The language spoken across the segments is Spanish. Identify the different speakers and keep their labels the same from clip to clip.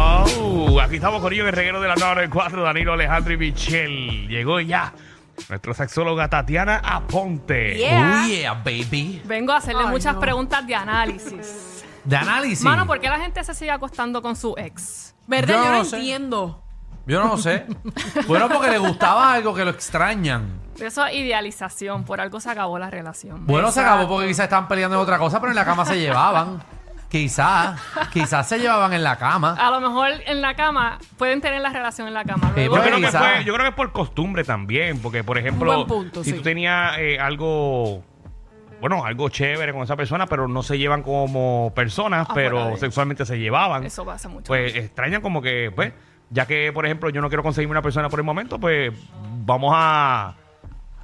Speaker 1: Oh, aquí estamos con ellos en el reguero de la 994, Danilo Alejandro y Michelle. Llegó ya nuestra sexóloga Tatiana Aponte.
Speaker 2: Yeah.
Speaker 3: Oh yeah, baby.
Speaker 2: Vengo a hacerle
Speaker 4: Ay,
Speaker 2: muchas
Speaker 4: no.
Speaker 2: preguntas de análisis.
Speaker 3: De análisis.
Speaker 2: Mano, ¿por qué la gente se sigue acostando con su ex?
Speaker 4: ¿Verdad?
Speaker 3: Yo
Speaker 4: Yo,
Speaker 3: no
Speaker 4: no
Speaker 3: sé.
Speaker 4: entiendo.
Speaker 3: Yo no sé. bueno, porque le gustaba algo que lo extrañan.
Speaker 2: Eso es idealización, por algo se acabó la relación.
Speaker 3: Bueno, se acabó porque quizás estaban peleando en otra cosa, pero en la cama se llevaban. Quizás, quizás se llevaban en la
Speaker 4: Ah,
Speaker 3: cama.
Speaker 2: A lo mejor en la cama, pueden tener la relación en la cama.
Speaker 3: Sí,
Speaker 2: Luego,
Speaker 1: Yo
Speaker 3: Bueno,
Speaker 1: creo, que
Speaker 3: quizá.
Speaker 1: fue- yo creo que es por costumbre también, porque por ejemplo,
Speaker 4: Buen punto,
Speaker 1: si
Speaker 4: sí.
Speaker 1: tú tenías eh, algo, bueno, algo chévere con esa persona, pero no se llevan como personas,
Speaker 4: pues
Speaker 2: Ah, fuera
Speaker 1: pero
Speaker 2: de-
Speaker 1: sexualmente se llevaban,
Speaker 2: Eso pasa mucho.
Speaker 1: pues extrañan como que, pues, ya que por ejemplo yo no quiero conseguirme una persona por el momento, pues vamos a...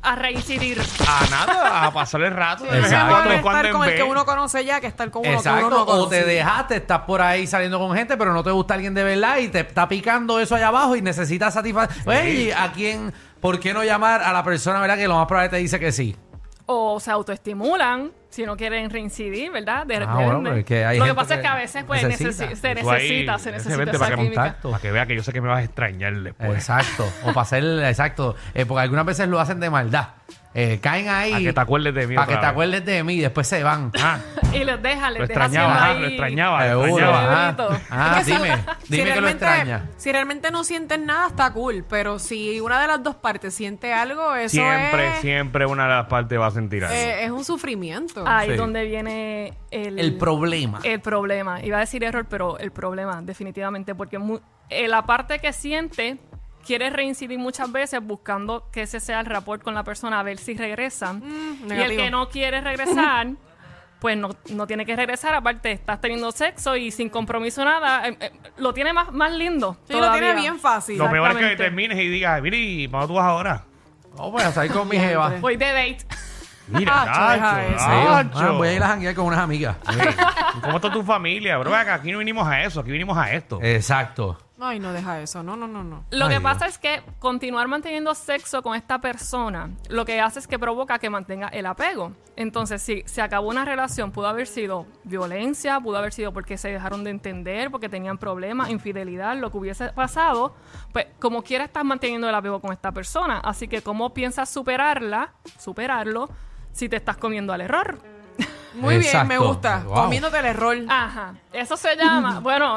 Speaker 2: a reincidir.
Speaker 1: A nada, a pasar el rato. de vez en
Speaker 3: Exacto.
Speaker 1: cuando,
Speaker 4: Mejor
Speaker 1: de cuando
Speaker 4: estar
Speaker 1: en
Speaker 4: con el
Speaker 1: vez.
Speaker 4: que uno conoce ya que estar con uno que
Speaker 3: Exacto.
Speaker 4: uno no
Speaker 3: o
Speaker 4: conoce.
Speaker 3: te dejaste, estás por ahí saliendo con gente, pero no te gusta alguien de verdad y te está picando eso allá abajo y necesitas satisfacción. Ey, ¿a quién? ¿Por qué no llamar a la persona, verdad, que lo más probable te dice que sí?
Speaker 2: O se autoestimulan si no quieren reincidir, ¿verdad? De-
Speaker 3: Ah,
Speaker 2: depende.
Speaker 3: bueno, pero es que hay
Speaker 2: Lo que
Speaker 3: gente
Speaker 2: pasa es
Speaker 3: que
Speaker 2: que a veces pues,
Speaker 3: necesita.
Speaker 2: necesi- se
Speaker 1: Tú ahí,
Speaker 2: necesita, se
Speaker 1: ese
Speaker 2: necesita
Speaker 1: vente
Speaker 2: esa
Speaker 1: para que-
Speaker 2: química.
Speaker 3: contacto.
Speaker 1: Para que vea que yo sé que me vas a extrañar después.
Speaker 3: Exacto. O para hacer, exacto. Eh, porque algunas veces lo hacen de maldad. Eh, caen ahí.
Speaker 1: Para que te acuerdes de mí
Speaker 3: Para
Speaker 1: otra
Speaker 3: que te
Speaker 1: vez.
Speaker 3: acuerdes de mí. Después se van.
Speaker 1: Ah,
Speaker 2: Y los deja,
Speaker 1: lo
Speaker 2: les deja
Speaker 1: extrañaba,
Speaker 2: haciendo
Speaker 1: ah,
Speaker 2: ahí-
Speaker 1: lo extrañaba, lo
Speaker 3: Seguro,
Speaker 1: extrañaba.
Speaker 3: ajá.
Speaker 2: Segurito.
Speaker 3: Ah,
Speaker 4: Es que
Speaker 3: dime.
Speaker 4: si- si
Speaker 3: Dime que lo
Speaker 4: realmente-
Speaker 3: extraña.
Speaker 4: Si realmente no sienten nada, está cool. Pero si una de las dos partes siente algo, eso
Speaker 1: Siempre,
Speaker 4: es,
Speaker 1: siempre una de las partes va a sentir algo.
Speaker 4: eh, es un sufrimiento.
Speaker 2: Ahí
Speaker 3: Sí.
Speaker 2: donde viene el,
Speaker 3: El problema.
Speaker 2: el problema. Iba a decir error, pero el problema, definitivamente, porque mu- eh, la parte que siente quiere reincidir muchas veces buscando que ese sea el rapport con la persona, a ver si regresan. y el
Speaker 4: Mm, negativo.
Speaker 2: que no quiere regresar, pues no, no tiene que regresar. Aparte, estás teniendo sexo y sin compromiso nada. eh, eh, lo tiene más, más lindo.
Speaker 4: Sí, lo tiene
Speaker 2: todavía.
Speaker 4: bien fácil.
Speaker 1: lo peor es que
Speaker 2: exactamente.
Speaker 1: termines y digas, mira, ¿y para dónde tú vas ahora?
Speaker 3: No, Oh, voy a salir con mi jeva. Sí.
Speaker 2: Voy de date. Ah,
Speaker 1: Mira,
Speaker 4: Acho, deja
Speaker 1: Nacho,
Speaker 4: eso.
Speaker 1: Nacho.
Speaker 3: Ah, voy a ir a janguear con unas amigas.
Speaker 1: Sí. ¿Cómo está tu familia? Bro, Acá- aquí no vinimos a eso, aquí vinimos a esto.
Speaker 3: Eh, Exacto.
Speaker 4: Ay, no deja eso. No, no, no, no.
Speaker 2: Lo
Speaker 3: Ay,
Speaker 2: que
Speaker 3: Dios.
Speaker 2: pasa es que continuar manteniendo sexo con esta persona lo que hace es que provoca que mantenga el apego. Entonces, si se acabó una relación, pudo haber sido violencia, pudo haber sido porque se dejaron de entender, porque tenían problemas, infidelidad, lo que hubiese pasado, pues como quiera estás manteniendo el apego con esta persona. Así que, ¿cómo piensas superarla, superarlo, si te estás comiendo al error?
Speaker 4: Muy bien, me
Speaker 3: Exacto.
Speaker 4: gusta.
Speaker 3: Wow.
Speaker 4: Comiéndote el error.
Speaker 2: Ajá, eso se llama, bueno,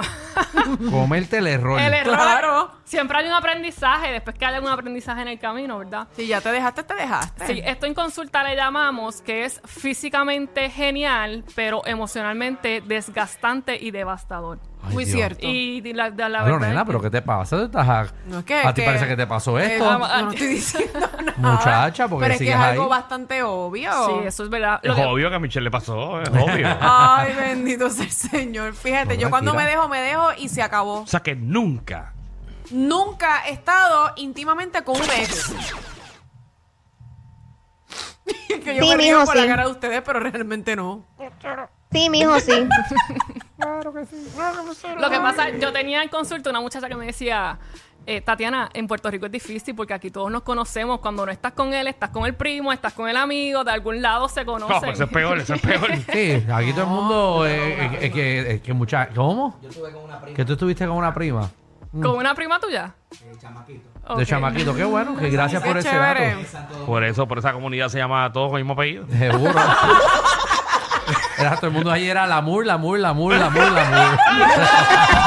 Speaker 3: Comerte el error.
Speaker 2: el error.
Speaker 4: Claro.
Speaker 2: Siempre hay un aprendizaje, después que haya un aprendizaje en el camino, ¿verdad?
Speaker 4: Si ya te dejaste, te dejaste.
Speaker 2: Sí, esto en consulta le llamamos que es físicamente genial, pero emocionalmente desgastante y devastador.
Speaker 3: Ay,
Speaker 4: Muy
Speaker 3: Dios.
Speaker 4: cierto.
Speaker 2: Y de la, de la
Speaker 3: Pero,
Speaker 2: verdad
Speaker 3: nena,
Speaker 2: es que-
Speaker 3: ¿pero qué te pasa? ¿Tú estás a...
Speaker 4: No, es que-
Speaker 3: a ti
Speaker 4: que-
Speaker 3: parece que te pasó
Speaker 4: Eh,
Speaker 3: esto.
Speaker 4: yo
Speaker 2: vamos a-
Speaker 4: no estoy diciendo nada.
Speaker 3: Muchacha, porque
Speaker 4: Pero es que
Speaker 3: sigues
Speaker 4: es algo
Speaker 3: ahí.
Speaker 4: bastante obvio.
Speaker 2: Sí, eso es verdad. Lo
Speaker 1: Es
Speaker 2: que- Ah.
Speaker 1: obvio que a Michelle le pasó, es obvio.
Speaker 4: Ay, bendito sea el Señor. Fíjate,
Speaker 3: No,
Speaker 4: yo cuando me
Speaker 3: tranquila.
Speaker 4: dejo, me dejo y se acabó.
Speaker 1: O sea que nunca.
Speaker 4: Nunca he estado íntimamente con un ex. Es que yo
Speaker 5: Sí,
Speaker 4: me río
Speaker 5: mijo,
Speaker 4: por la
Speaker 5: sí.
Speaker 4: cara de ustedes, pero realmente no.
Speaker 5: Sí, mi hijo, sí.
Speaker 2: Lo que pasa, yo tenía en consulta una muchacha que me decía, eh, Tatiana, en Puerto Rico es difícil porque aquí todos nos conocemos. Cuando no estás con él, estás con el primo, estás con el amigo, de algún lado se
Speaker 1: No, pues
Speaker 2: conocen.
Speaker 1: eso es peor, eso es peor.
Speaker 3: Sí, aquí todo el mundo eh, eh, eh, que, eh, que mucha- ¿Cómo? Que tú estuviste con una prima
Speaker 2: ¿Con una prima tuya?
Speaker 3: de
Speaker 2: Ok.
Speaker 3: chamaquito. Qué bueno, que gracias
Speaker 4: Qué
Speaker 3: por ese
Speaker 4: chévere.
Speaker 3: dato.
Speaker 1: Por eso, por esa comunidad se llama todos con el mismo apellido.
Speaker 3: Seguro. Era todo el mundo ayer era la mur, la mur, la mur, la mur, la mur.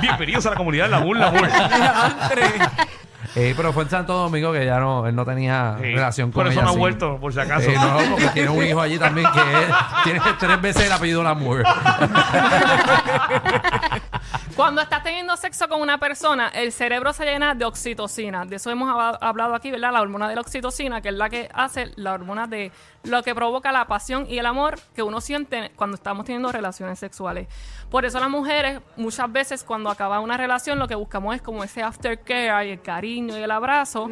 Speaker 1: Bienvenidos a la comunidad de la burla, burla.
Speaker 3: Eh, pero fue en Santo Domingo que ya no, él no tenía
Speaker 1: Sí.
Speaker 3: relación con
Speaker 1: Por eso
Speaker 3: ella.
Speaker 1: no ha
Speaker 3: así.
Speaker 1: vuelto, por si acaso.
Speaker 3: Eh, no, porque tiene un hijo allí también que es- tiene tres veces el apellido Lamour.
Speaker 2: Cuando estás teniendo sexo con una persona, el cerebro se llena de oxitocina. De eso hemos hab- hablado aquí, ¿verdad? La hormona de la oxitocina, que es la que hace la hormona de lo que provoca la pasión y el amor que uno siente cuando estamos teniendo relaciones sexuales. Por eso las mujeres, muchas veces cuando acaba una relación, lo que buscamos es como ese aftercare y el cariño y el abrazo,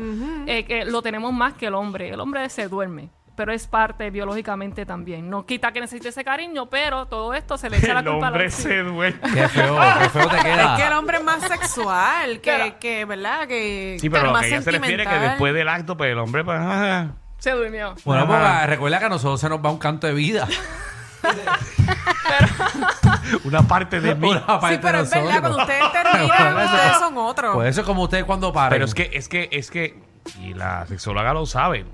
Speaker 2: eh, que lo tenemos más que el hombre. El hombre se duerme. Pero es parte biológicamente también. No quita que necesite ese cariño, pero todo esto se le echa la
Speaker 1: El
Speaker 2: culpa al
Speaker 1: hombre se duele.
Speaker 3: Qué feo, qué feo te queda.
Speaker 4: Es que el hombre es más sexual, que,
Speaker 2: Pero-
Speaker 4: que ¿verdad? Que,
Speaker 1: Sí, pero lo
Speaker 4: más
Speaker 1: que ella se refiere es que
Speaker 4: sentimental.
Speaker 1: después del acto, pues el hombre, pues, ah,
Speaker 2: Se durmió.
Speaker 3: Bueno, porque
Speaker 1: Ajá.
Speaker 3: recuerda que a nosotros se nos va un canto de vida.
Speaker 1: una parte de mí.
Speaker 3: Una parte
Speaker 4: Sí, pero
Speaker 3: de
Speaker 4: es verdad,
Speaker 3: nosotros.
Speaker 4: cuando ustedes terminan, ustedes son otros.
Speaker 3: Pues eso es como ustedes cuando paren.
Speaker 1: Pero es que, es que, es que, y la sexóloga lo sabe,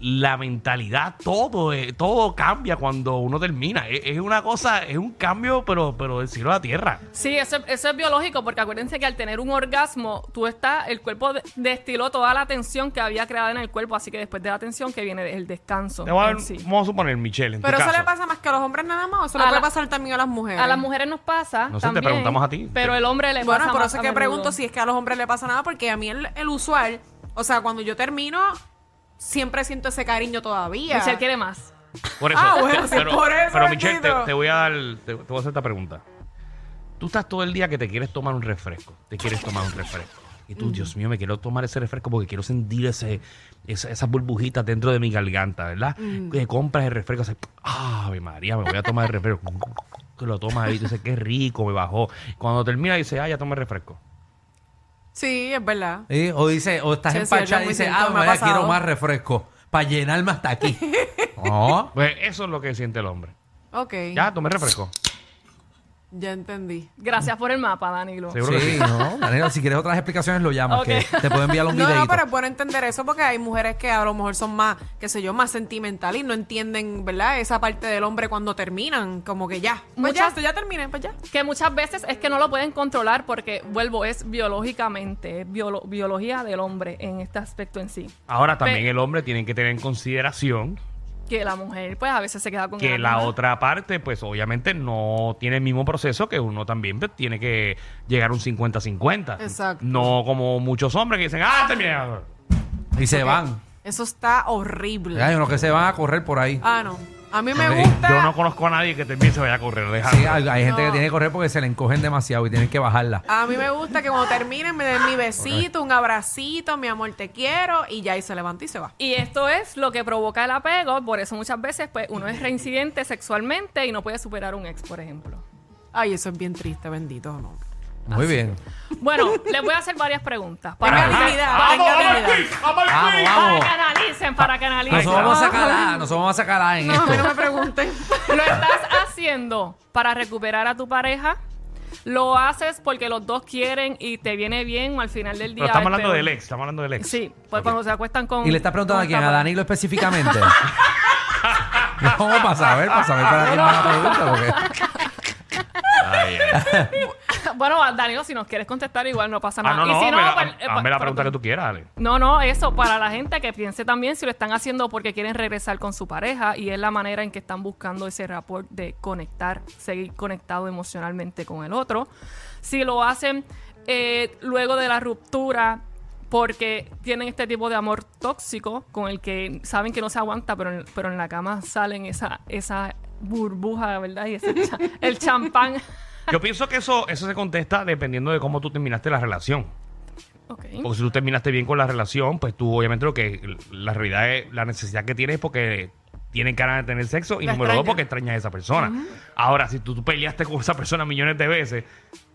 Speaker 1: la mentalidad, todo, eh, todo cambia cuando uno termina. E, Es, es una cosa, es un cambio, pero, pero del cielo a la tierra.
Speaker 2: Sí, eso, eso es biológico, porque acuérdense que al tener un orgasmo, tú estás, el cuerpo de- destiló toda la tensión que había creada en el cuerpo, así que después de la tensión que viene el descanso.
Speaker 1: Te voy a
Speaker 2: en
Speaker 1: dar-
Speaker 2: sí.
Speaker 1: Vamos a suponer, Michelle, en tu
Speaker 4: pero eso
Speaker 1: caso.
Speaker 4: le pasa más que a los hombres nada más, o eso le
Speaker 2: A
Speaker 4: puede
Speaker 2: la-
Speaker 4: pasar también a las mujeres.
Speaker 2: A las mujeres nos pasa.
Speaker 1: No sé, te
Speaker 2: también,
Speaker 1: preguntamos a ti.
Speaker 2: Pero el hombre le
Speaker 4: Bueno,
Speaker 2: pasa.
Speaker 4: por
Speaker 2: más
Speaker 4: eso
Speaker 2: a
Speaker 4: es que
Speaker 2: menudo.
Speaker 4: pregunto si es que a los hombres le pasa nada, porque a mí el, el usual, o sea, cuando yo termino, siempre siento ese cariño todavía.
Speaker 2: Michelle quiere más.
Speaker 1: Por eso.
Speaker 4: Ah, bueno, sí,
Speaker 1: pero,
Speaker 4: por eso,
Speaker 1: pero, Michelle, te,
Speaker 4: bendito.
Speaker 1: te voy a dar, te, te voy a hacer esta pregunta. Tú estás todo el día que te quieres tomar un refresco, te quieres tomar un refresco. Y tú, Dios mío, me quiero tomar ese refresco porque quiero sentir ese, esa- esas burbujitas dentro de mi garganta, ¿verdad?
Speaker 4: Mm.
Speaker 1: Que compras el refresco, haces, ¡Ave María, me voy a tomar el refresco! Que lo tomas ahí, tú dices, ¡qué rico, me bajó! Cuando termina, dices, ¡ah, ya tomé refresco!
Speaker 4: Sí, es verdad.
Speaker 3: Sí, O dice, o estás
Speaker 4: Sí, es cierto,
Speaker 3: empachado y
Speaker 4: muy
Speaker 3: dices,
Speaker 4: cierto,
Speaker 3: ah,
Speaker 4: me ha
Speaker 3: María,
Speaker 4: pasado".
Speaker 3: quiero más refresco. Para llenarme hasta aquí. No.
Speaker 1: Pues eso es lo que siente el hombre.
Speaker 4: Ok, ya,
Speaker 1: Ya, tomé refresco.
Speaker 4: entendí.
Speaker 2: Gracias por el mapa, Danilo.
Speaker 1: Seguro que
Speaker 3: Sí, no. Danilo, si quieres otras explicaciones, lo llamas.
Speaker 2: Ok.
Speaker 3: Que te puedo enviar
Speaker 4: No,
Speaker 3: un
Speaker 4: no,
Speaker 3: videito.
Speaker 4: pero es bueno entender eso porque hay mujeres que a lo mejor son más, qué sé yo, más sentimentales y no entienden, ¿verdad? Esa parte del hombre cuando terminan, como que ya. Pues
Speaker 2: Muchas-
Speaker 4: ya, esto ya terminé, pues ya.
Speaker 2: Que muchas veces es que no lo pueden controlar porque, vuelvo, es biológicamente, es biolo- biología del hombre en este aspecto en sí.
Speaker 1: Ahora también
Speaker 2: Pe-
Speaker 1: el hombre tiene que tener en consideración
Speaker 2: Que la mujer, pues a veces se queda con
Speaker 1: que
Speaker 2: el
Speaker 1: la
Speaker 2: animal.
Speaker 1: otra parte, pues obviamente no tiene el mismo proceso que uno también pues, tiene que llegar a un 50-50.
Speaker 4: Exacto.
Speaker 1: No como muchos hombres que dicen, ¡ah, te mierda!
Speaker 3: Y se van.
Speaker 4: Eso está horrible.
Speaker 3: Hay unos que se van a correr por ahí.
Speaker 4: Ah, no. A mí me
Speaker 3: Sí,
Speaker 4: gusta.
Speaker 1: Yo no conozco a nadie que también se vaya a correr. Alejandro.
Speaker 3: Sí, hay, hay gente
Speaker 4: No.
Speaker 3: que tiene que correr porque se le encogen demasiado y tienen que bajarla.
Speaker 4: A mí me gusta que cuando terminen me den mi besito, un abracito, mi amor, te quiero, y ya, y se levanta y se va.
Speaker 2: Y esto es lo que provoca el apego, por eso muchas veces pues, uno es reincidente sexualmente y no puede superar un ex, por ejemplo.
Speaker 4: Ay, eso es bien triste, bendito, no.
Speaker 3: Muy bien.
Speaker 2: Bueno, les voy a hacer varias preguntas
Speaker 4: Tenga
Speaker 2: para, que-
Speaker 4: dignidad,
Speaker 2: para,
Speaker 4: tenga
Speaker 1: ¡Vamos al
Speaker 4: dignidad.
Speaker 1: quiz! ¡Vamos al
Speaker 3: Vamos,
Speaker 1: quiz!
Speaker 2: para
Speaker 3: vamos.
Speaker 2: que analicen, para que
Speaker 3: Nos
Speaker 2: analicen.
Speaker 3: vamos a sacar, nos vamos a sacar en
Speaker 4: No, a mí no
Speaker 3: esto.
Speaker 4: me pregunten.
Speaker 2: ¿Lo estás haciendo para recuperar a tu pareja? ¿Lo haces porque los dos quieren y te viene bien o al final del día?
Speaker 1: Pero estamos
Speaker 2: es
Speaker 1: hablando
Speaker 2: peor?
Speaker 1: del ex, estamos hablando del ex.
Speaker 2: Sí, pues cuando se acuestan con...
Speaker 3: Y le estás preguntando
Speaker 2: con
Speaker 3: a quién, a
Speaker 2: esta-
Speaker 3: Danilo específicamente. ¿Cómo para saber? Para saber para quién más pregunta. Porque...
Speaker 1: Ay, ay.
Speaker 2: Bueno, a Danilo, si nos quieres contestar igual no pasa
Speaker 1: Ah,
Speaker 2: nada.
Speaker 1: no,
Speaker 2: Y
Speaker 1: no,
Speaker 2: si
Speaker 1: hazme la-
Speaker 2: pues, eh, pa-
Speaker 1: hazme la
Speaker 2: para
Speaker 1: pregunta
Speaker 2: tu-
Speaker 1: que tú quieras, Ale.
Speaker 2: No, no, eso para la gente que piense también si lo están haciendo porque quieren regresar con su pareja y es la manera en que están buscando ese rapport de conectar, seguir conectado emocionalmente con el otro. Si lo hacen eh, luego de la ruptura porque tienen este tipo de amor tóxico con el que saben que no se aguanta, pero en, pero en la cama salen esa, esa burbuja, ¿verdad? Y ese cha- el champán.
Speaker 1: Yo pienso que eso, eso se contesta dependiendo de cómo tú terminaste la relación.
Speaker 2: Ok.
Speaker 1: Porque si tú terminaste bien con la relación, pues tú obviamente lo que la realidad es la necesidad que tienes es porque tienen ganas de tener sexo y
Speaker 4: La
Speaker 1: número dos
Speaker 4: extraña.
Speaker 1: porque extrañas a esa persona. Ahora, si tú, tú peleaste con esa persona millones de veces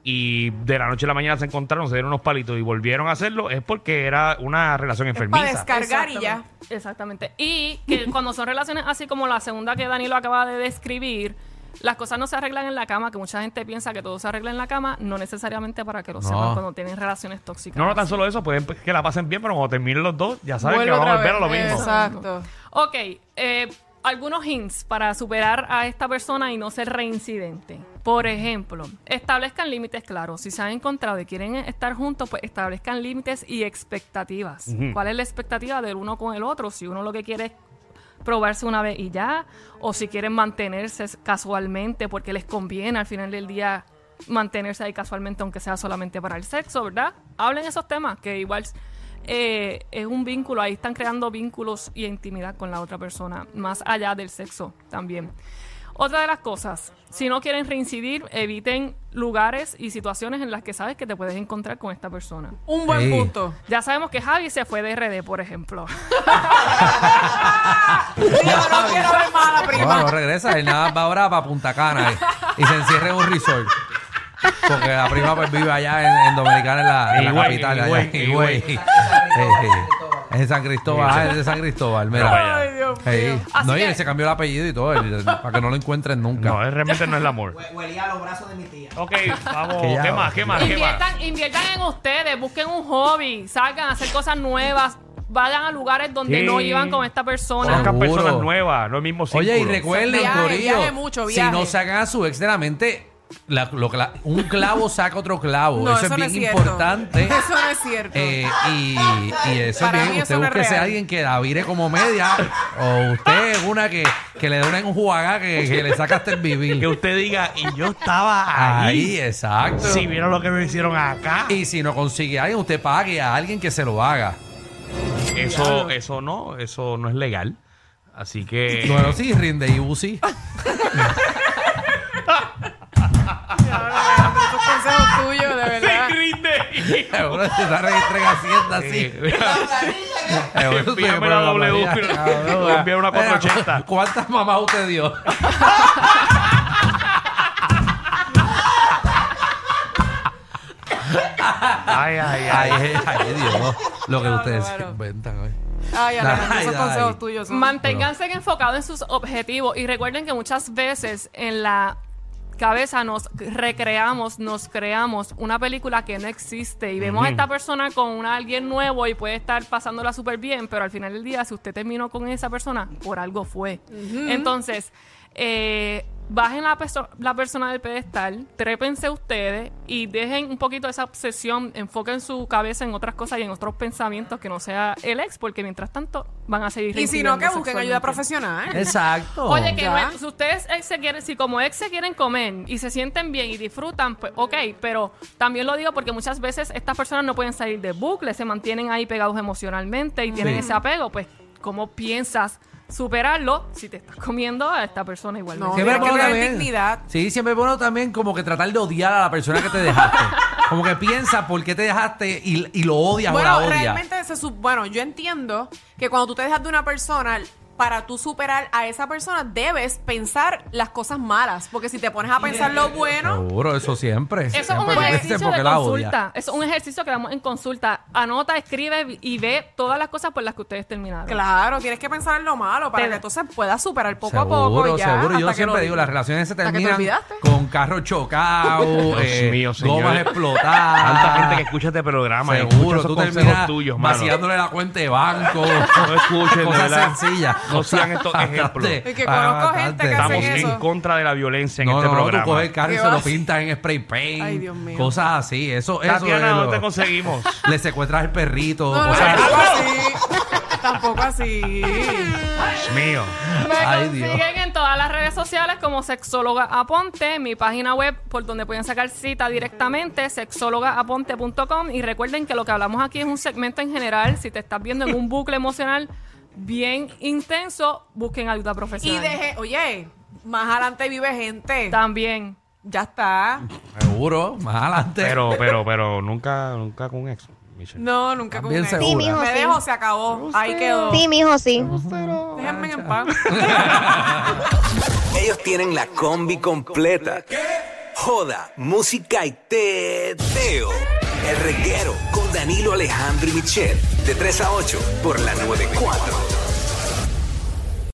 Speaker 1: y de la noche a la mañana se encontraron, se dieron unos palitos y volvieron a hacerlo, es porque era una relación enfermiza.
Speaker 4: desca- Cargar y
Speaker 2: Exactamente, Exactamente. Y que cuando son relaciones así como la segunda que Danilo acaba de describir, las cosas no se arreglan en la cama, que mucha gente piensa que todo se arregla en la cama, no necesariamente para que lo
Speaker 3: No.
Speaker 2: sepan cuando tienen relaciones tóxicas.
Speaker 1: No, no tan solo eso, pueden que la pasen bien, pero cuando terminen los dos, ya saben
Speaker 4: Vuelve
Speaker 1: que van a
Speaker 4: otra
Speaker 1: volver a lo
Speaker 4: vez.
Speaker 1: mismo.
Speaker 4: Exacto.
Speaker 2: Ok, eh, algunos hints para superar a esta persona y no ser reincidente. Por ejemplo, establezcan límites claros. Si se han encontrado y quieren estar juntos, pues establezcan límites y expectativas.
Speaker 1: Ujú.
Speaker 2: ¿Cuál es la expectativa del uno con el otro? Si uno lo que quiere es probarse una vez y ya, o si quieren mantenerse casualmente porque les conviene al final del día mantenerse ahí casualmente, aunque sea solamente para el sexo, ¿verdad? Hablen esos temas, que igual eh, es un vínculo, ahí están creando vínculos y intimidad con la otra persona, más allá del sexo también. Otra de las cosas, si no quieren reincidir, eviten lugares y situaciones en las que sabes que te puedes encontrar con esta persona.
Speaker 4: Un buen
Speaker 3: Sí.
Speaker 4: punto.
Speaker 2: Ya sabemos que Javi se fue de RD, por ejemplo.
Speaker 4: Yo no quiero ver más a la prima.
Speaker 3: No, no regresa. Él nada más va ahora para Punta Cana eh, y se encierra en un resort. Porque la prima pues, vive allá en, en Dominicana, en la, en la
Speaker 1: En Higüey,
Speaker 3: capital.
Speaker 1: en
Speaker 3: allá,
Speaker 1: Higüey,
Speaker 3: en Higüey.
Speaker 1: en
Speaker 3: Sí, sí. Es de San Cristóbal. ah, es de San Cristóbal,
Speaker 1: Pero
Speaker 3: mira.
Speaker 1: vaya.
Speaker 4: Ay, Dios mío.
Speaker 3: Sí.
Speaker 2: Así
Speaker 3: No, y
Speaker 2: que-
Speaker 3: él se cambió el apellido y todo, él- para que no lo encuentren nunca.
Speaker 1: No, eh, realmente no es el amor.
Speaker 6: Hue- Huelía a los brazos de mi tía.
Speaker 1: Ok, vamos.
Speaker 3: Que ya-
Speaker 1: ¿Qué más? ¿Qué más? ¿Qué más?
Speaker 2: Inviertan, inviertan en ustedes, busquen un hobby, salgan a hacer cosas nuevas, vayan a lugares donde
Speaker 1: Sí.
Speaker 2: no iban con esta persona.
Speaker 1: Conozcan
Speaker 3: Seguro.
Speaker 1: personas nuevas, no el mismo círculo.
Speaker 3: Oye, y recuerden,
Speaker 4: Viaje, viaje
Speaker 3: Corillo,
Speaker 4: mucho,
Speaker 3: si
Speaker 4: viaje.
Speaker 3: no sacan a su ex de la mente, la- lo cla- un clavo saca otro clavo.
Speaker 4: No,
Speaker 3: eso, es
Speaker 4: no
Speaker 3: bien
Speaker 4: cierto.
Speaker 3: importante.
Speaker 4: Eso no es cierto.
Speaker 3: Eh, y, y eso
Speaker 4: Para
Speaker 3: es
Speaker 4: mí
Speaker 3: bien. Usted
Speaker 4: eso no es
Speaker 3: búsquese a
Speaker 4: real.
Speaker 3: alguien que la vire como media. o usted es una que, que le dé una enjuagada que, que le saca hasta el
Speaker 1: Que
Speaker 3: vivir.
Speaker 1: usted diga, y yo estaba ahí.
Speaker 3: Ahí, exacto.
Speaker 1: Si vieron lo que me hicieron acá.
Speaker 3: Y si no consigue a alguien, usted pague a alguien que se lo haga.
Speaker 1: Eso, eso no, eso no es legal. Así que.
Speaker 3: Bueno, sí, rinde y busi.
Speaker 4: Esos consejos tuyos, de verdad.
Speaker 1: rinde!
Speaker 3: Seguro se está reentregando así. Seguro se
Speaker 1: Envíame
Speaker 3: fue
Speaker 1: la
Speaker 3: la
Speaker 1: W.
Speaker 3: playa, cabrón.
Speaker 1: Envíame una 480.
Speaker 3: ¿Cuántas mamás usted dio?
Speaker 1: Ay, ay,
Speaker 3: Ay,
Speaker 1: ay.
Speaker 3: ay, ay, Dios. Lo que ustedes se
Speaker 4: bárbaro.
Speaker 3: inventan hoy.
Speaker 4: Ay, Alejandro,
Speaker 3: Ay,
Speaker 4: esos
Speaker 3: ay.
Speaker 4: consejos tuyos son...
Speaker 2: Manténganse enfocados en sus objetivos y recuerden que muchas veces en la cabeza nos recreamos, nos creamos una película que no existe y vemos a esta persona con una- alguien nuevo y puede estar pasándola súper bien, pero al final del día si usted terminó con esa persona, por algo fue. Entonces, eh, bajen la, perso- la persona del pedestal, trépense ustedes y dejen un poquito esa obsesión, enfoquen su cabeza en otras cosas y en otros pensamientos que no sea el ex, porque mientras tanto van a seguir
Speaker 4: Y si no, que
Speaker 2: reincidiendo
Speaker 4: busquen ayuda
Speaker 2: sexualmente.
Speaker 4: profesional.
Speaker 3: Exacto.
Speaker 2: Oye, que
Speaker 4: Ya.
Speaker 2: no- si ustedes ex se quieren, si como ex se quieren comer y se sienten bien y disfrutan, pues ok, pero también lo digo porque muchas veces estas personas no pueden salir de bucle, se mantienen ahí pegados emocionalmente y tienen
Speaker 3: Sí.
Speaker 2: ese apego, pues ¿cómo piensas superarlo si te estás comiendo a esta persona igualmente?
Speaker 4: No,
Speaker 3: Siempre
Speaker 4: mira,
Speaker 3: es bueno
Speaker 4: que tener
Speaker 3: también-
Speaker 4: dignidad.
Speaker 3: Sí, siempre es bueno también como que tratar de odiar a la persona que te dejaste. como que piensa por qué te dejaste y, y lo odias
Speaker 4: Bueno,
Speaker 3: o la odias.
Speaker 4: realmente, se sup- bueno, yo entiendo que cuando tú te dejas de una persona, para tú superar a esa persona, debes pensar las cosas malas. Porque si te pones a pensar lo bueno,
Speaker 3: Seguro, eso siempre.
Speaker 2: Eso es
Speaker 3: Siempre
Speaker 2: un
Speaker 3: piensa
Speaker 2: ejercicio
Speaker 3: por
Speaker 2: de
Speaker 3: qué la odia.
Speaker 2: consulta. Es un ejercicio que damos en consulta. Anota, escribe y ve todas las cosas por las que ustedes terminaron.
Speaker 4: claro, tienes que pensar en lo malo para
Speaker 2: Te-
Speaker 4: que entonces puedas superar poco
Speaker 3: seguro,
Speaker 4: a poco. Ya,
Speaker 3: seguro. Yo
Speaker 4: hasta que lo-
Speaker 3: siempre digo, las relaciones se
Speaker 4: hasta que te
Speaker 3: terminan
Speaker 4: olvidaste.
Speaker 3: con carros chocados,
Speaker 1: Dios
Speaker 3: eh,
Speaker 1: mío, señor.
Speaker 3: gomas explotadas.
Speaker 1: Tanta gente que escucha este programa y escucha
Speaker 3: Seguro,
Speaker 1: esos
Speaker 3: tú
Speaker 1: consejos
Speaker 3: terminas
Speaker 1: tuyos, mano.
Speaker 3: vaciándole la cuenta de banco.
Speaker 1: No escuchen, de verdad.
Speaker 3: Cosas sencillas.
Speaker 1: No
Speaker 3: cosas
Speaker 1: sean estos ejemplos.
Speaker 3: bastante-
Speaker 4: Y que conozco gente
Speaker 3: bastante-
Speaker 4: que hacen
Speaker 1: Estamos
Speaker 4: eso.
Speaker 1: en contra de la violencia en
Speaker 3: no,
Speaker 1: este
Speaker 3: no,
Speaker 1: programa.
Speaker 3: tú coges el carro y
Speaker 4: ¿Qué
Speaker 3: se lo
Speaker 4: vas?
Speaker 3: pintas en spray paint.
Speaker 4: Ay, Dios mío.
Speaker 3: Cosas así. Eso, eso es
Speaker 1: Tatiana,
Speaker 3: lo-
Speaker 1: ¿dónde te conseguimos?
Speaker 3: Le secuestras el perrito.
Speaker 4: No, no,
Speaker 3: cosas así.
Speaker 4: tampoco así. Tampoco así.
Speaker 1: Dios mío.
Speaker 2: Me
Speaker 3: Ay,
Speaker 2: consiguen
Speaker 3: Dios.
Speaker 2: en todas las redes sociales como Sexóloga Aponte, mi página web por donde pueden sacar cita directamente, sexólogaaponte.com. Y recuerden que lo que hablamos aquí es un segmento en general. Si te estás viendo en un bucle emocional bien intenso, busquen ayuda
Speaker 4: Y
Speaker 2: profesional.
Speaker 4: deje, oye, más adelante vive gente.
Speaker 2: También.
Speaker 4: Ya está.
Speaker 3: Seguro, más adelante.
Speaker 1: Pero, pero, pero, nunca, nunca con un ex, Michelle.
Speaker 4: No, nunca con
Speaker 3: También
Speaker 4: un ex.
Speaker 3: segura.
Speaker 5: Sí, mijo,
Speaker 4: Me
Speaker 5: sí.
Speaker 4: dejo, se acabó. Ahí quedó.
Speaker 5: Sí, mijo, sí.
Speaker 4: Déjenme en paz.
Speaker 7: Ellos tienen la combi completa. Joda, música y teo. El reguero con Danilo Alejandro y Michel. De 3 a 8 por la 94.